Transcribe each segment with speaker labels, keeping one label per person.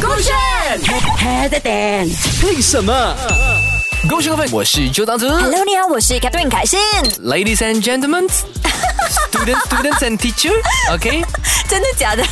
Speaker 1: 勾选 Head Dan。
Speaker 2: 为什么？恭喜各位，我是周当子。
Speaker 1: Hello，你好，我是 Catherine 凯欣。
Speaker 2: Ladies and gentlemen, students, students and teacher. OK，
Speaker 1: 真的假的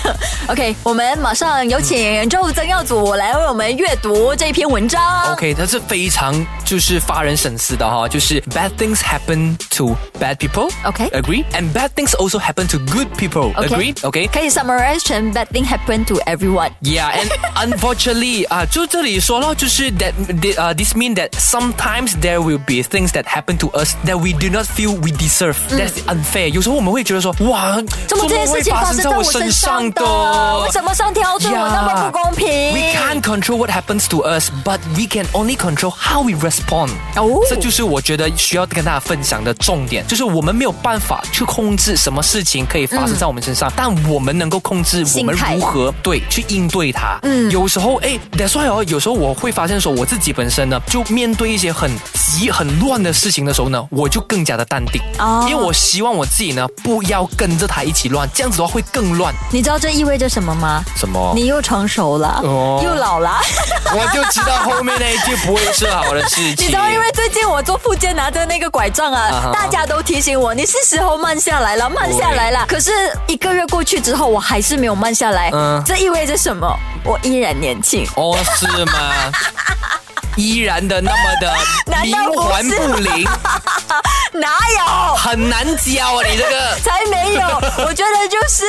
Speaker 1: ？OK，我们马上有请周曾耀祖来为我们阅读这篇文章。
Speaker 2: OK，它是非常就是发人深思的哈，就是 bad things happen to bad people。
Speaker 1: OK
Speaker 2: agree. And bad things also happen to good people.
Speaker 1: OK
Speaker 2: Agree. OK.
Speaker 1: 可以 summarize 成 bad thing happen to everyone。
Speaker 2: Yeah, and unfortunately uh, 啊、就这里说了，就是 that th- 啊、this mean that sometimes there will be things that happen to us that we do not feel we deserve. That's unfair. oh, 有时候我们会觉得说，哇，
Speaker 1: 怎么这件事情
Speaker 2: 会
Speaker 1: 发生在
Speaker 2: 我
Speaker 1: 我身上的？
Speaker 2: 的
Speaker 1: 为什么上天要对我那么不公平
Speaker 2: We can't control what happens to us, but we can only control how we respond.
Speaker 1: 哦
Speaker 2: 这就是我觉得需要跟大家分享的重点，就是我们没有办法去控制什么事情可以发生在我们身上，但我们能够控制我
Speaker 1: 嗯心
Speaker 2: 们
Speaker 1: 态
Speaker 2: 如何对去应对它。嗯，有时候哎，that's why 哦，有时候我会发现说，我自己本身呢，就面对一些很急很乱的事情的时候呢，我就更加的淡定，
Speaker 1: 哦
Speaker 2: 因为我希望我自己呢不要跟着它一起乱，这样子的话会更乱。
Speaker 1: 你知道这意味着什么吗？
Speaker 2: 什么？
Speaker 1: 你又成熟了，
Speaker 2: 哦
Speaker 1: 又老了。
Speaker 2: 我就知道后面那一句不会是好的事情。
Speaker 1: 你知道，因为最近我做复健拿着那个拐杖
Speaker 2: 啊
Speaker 1: 啊
Speaker 2: 哈，
Speaker 1: 大家都提醒我，你是时候慢下来了，慢下来了。可是一个月过去之后，我还是没有慢下来
Speaker 2: 嗯，
Speaker 1: 这意味着什么？我依然年轻。
Speaker 2: 哦是吗？依然的那么的
Speaker 1: 难
Speaker 2: 冥
Speaker 1: 道不
Speaker 2: 顽
Speaker 1: 是
Speaker 2: 不灵，
Speaker 1: 哪有？
Speaker 2: 很难教啊！你这个
Speaker 1: 才没有！我觉得就是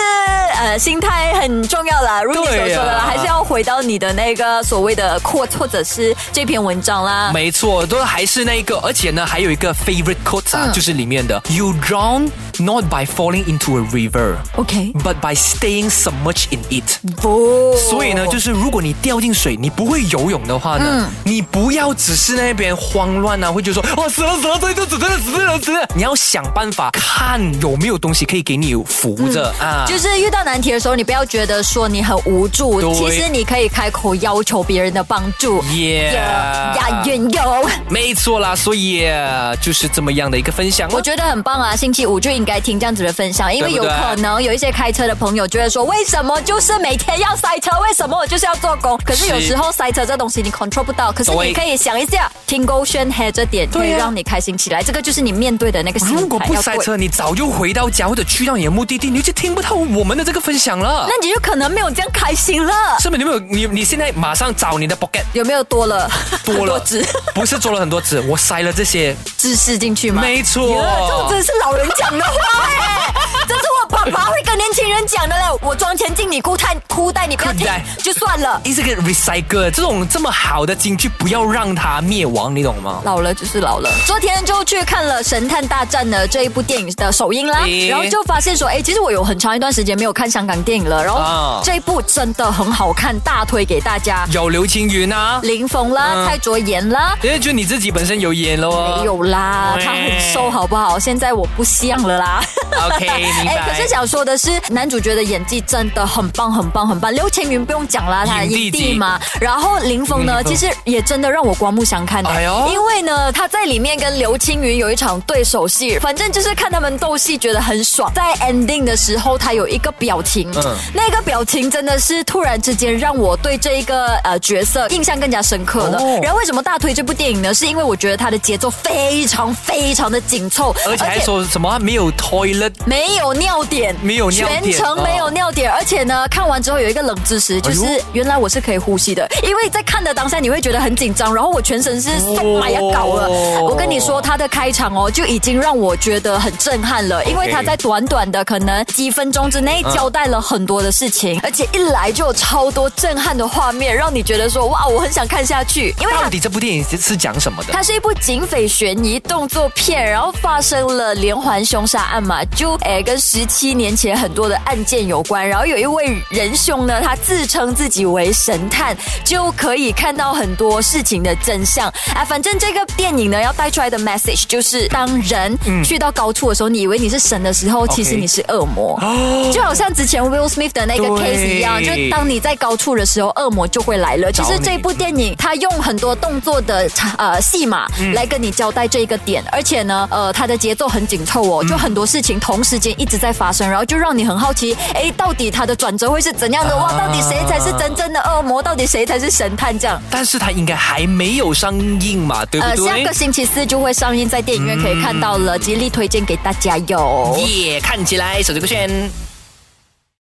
Speaker 1: 呃，心态很重要啦。如你所
Speaker 2: 对
Speaker 1: 说
Speaker 2: 呀
Speaker 1: 的啦，还是要回到你的那个所谓的扩，或者是这篇文章啦。
Speaker 2: 没错，都还是那一个，而且呢，还有一个 favorite quote 啊，
Speaker 1: 嗯
Speaker 2: 就是里面的 “You drown not by falling into a river,
Speaker 1: OK，
Speaker 2: but by staying submerged in it。”
Speaker 1: 不，
Speaker 2: 所以呢，
Speaker 1: 哦
Speaker 2: 就是如果你掉进水，你不会游泳的话呢，
Speaker 1: 嗯
Speaker 2: 你不要只是那边慌乱啊，会觉得说哦死了死了，这这死了死了死了，你要想办法看有没有东西可以给你扶着、啊。
Speaker 1: 嗯就是遇到难题的时候，你不要觉得说你很无助，
Speaker 2: 对
Speaker 1: 其实你可以开口要求别人的帮助。
Speaker 2: Yeah
Speaker 1: 呀，远游，
Speaker 2: 没错啦，所以呃就是这么样的一个分享
Speaker 1: 我
Speaker 2: 哦。
Speaker 1: 觉得很棒啊！星期五就应该听这样子的分享，因为
Speaker 2: 对
Speaker 1: 有
Speaker 2: 不对
Speaker 1: 可能有一些开车的朋友就会说，为什么就是每天要塞车？为什么我就是要做工？可是
Speaker 2: 是
Speaker 1: 有时候塞车这东西你 control 不到，可是
Speaker 2: 对
Speaker 1: 你可以想一下，听勾宣黑这点可以
Speaker 2: 对啊
Speaker 1: 让你开心起来，这个就是你面对的那个心态。
Speaker 2: 如果不
Speaker 1: 要
Speaker 2: 塞
Speaker 1: 对
Speaker 2: 车，你早就回到家或者去到你的目的地，你就听不到我们的这个分享了
Speaker 1: 那。你就可能没有这样开心了。
Speaker 2: 是不是？你有没有你你现在马上找你的 pocket
Speaker 1: 有没有 多了
Speaker 2: 多了，
Speaker 1: 知
Speaker 2: 不是做了很多纸，我塞了这 些，
Speaker 1: 知识进去吗？
Speaker 2: 没错。
Speaker 1: 这种真的是老人讲的话哎、这是我爸爸会跟年轻人讲的嘞。我装钱进你裤袋，裤袋你不要听
Speaker 2: 裤袋
Speaker 1: 就算了。
Speaker 2: 一直个 recycle 这种这么好的金句，不要让它灭亡，你懂吗？
Speaker 1: 老了就是老了。昨天就去看了《神探大战》的这一部电影的首映啦，
Speaker 2: 诶
Speaker 1: 然后就发现说，哎，其实我有很长一段时间没有看香港电影了，然后
Speaker 2: 啊
Speaker 1: 这一部真的很好看，大推给大家。
Speaker 2: 有刘青云啊，
Speaker 1: 林峰啦，
Speaker 2: 嗯
Speaker 1: 蔡卓妍啦。
Speaker 2: 因为就你自己本身有演了哦。
Speaker 1: 没有啦，他很
Speaker 2: 哎
Speaker 1: 瘦，好不好？现在我不像了啦。
Speaker 2: OK，明 白。
Speaker 1: 哎可是想说的是，男主角的演技真的很棒，很棒，很棒。刘青云不用讲啦，他的
Speaker 2: 影帝
Speaker 1: 影帝
Speaker 2: 级
Speaker 1: 嘛。然后林峰呢，
Speaker 2: 嗯林
Speaker 1: 其
Speaker 2: 峰
Speaker 1: 实也真的让我刮目相看的、
Speaker 2: 哎呦
Speaker 1: 因为呢，他在里面跟刘青云有一场对手戏，反正就是看他们斗戏，觉得很爽。在 ending 的时候，他有一个表情，
Speaker 2: 嗯
Speaker 1: 那个表情真的是突然之间让我对这一个呃角色印象更加深刻了。
Speaker 2: 哦
Speaker 1: 然后为什么大推这部电影呢？是因为我觉得它的节奏非常非常的紧凑，
Speaker 2: 而且还说什么没有 toilet
Speaker 1: 没有尿点，
Speaker 2: 没有尿点哦
Speaker 1: 全程没有尿点。而且呢，看完之后有一个冷知识，就是
Speaker 2: 哎呦
Speaker 1: 原来我是可以呼吸的，因为在看的当下你会觉得很紧张，然后我全身是松麻要搞了。
Speaker 2: 哦
Speaker 1: 我跟你说，他的开场哦就已经让我觉得很震撼了，因为
Speaker 2: OK 嗯
Speaker 1: 他在短短的可能几分钟之内交代了很多的事情，而且一来就有超多震撼的画面，让你觉得说哇，我很想看下去，因为他
Speaker 2: 到底这部电影是讲什么的？
Speaker 1: 它是一部警匪悬疑动作片，然后发生了连环凶杀案嘛，就诶跟十七年前很多的案件有关。然后有一位仁兄呢，他自称自己为神探，就可以看到很多事情的真相啊。反正这个电影呢，要带出来的 message 就是，当人去到高处的时候，你以为你是神的时候，其实你是恶魔。就好像之前 Will Smith 的那个
Speaker 2: 对
Speaker 1: case 一样，就当你在高处的时候，恶魔就会来了。其实
Speaker 2: 找你
Speaker 1: 这部电影它用很多动作的呃戏码
Speaker 2: 嗯
Speaker 1: 来跟
Speaker 2: 嗯
Speaker 1: 你交代这一个点，而且呢，呃，它的节奏很紧凑哦，就很多事情同时间一直在发生，然后就让你很好奇，哎，到底它的转折会是怎样
Speaker 2: 啊
Speaker 1: 的？哇，到底谁才是真正的恶魔？到底谁才是神探？这样。
Speaker 2: 但是它应该还没有上映嘛，对嗯不
Speaker 1: 呃，下
Speaker 2: 对？
Speaker 1: 个星期四就会上
Speaker 2: 哦
Speaker 1: 映在电影院，可以看到了，极力推荐给大家哟。
Speaker 2: 耶看起来手机个炫。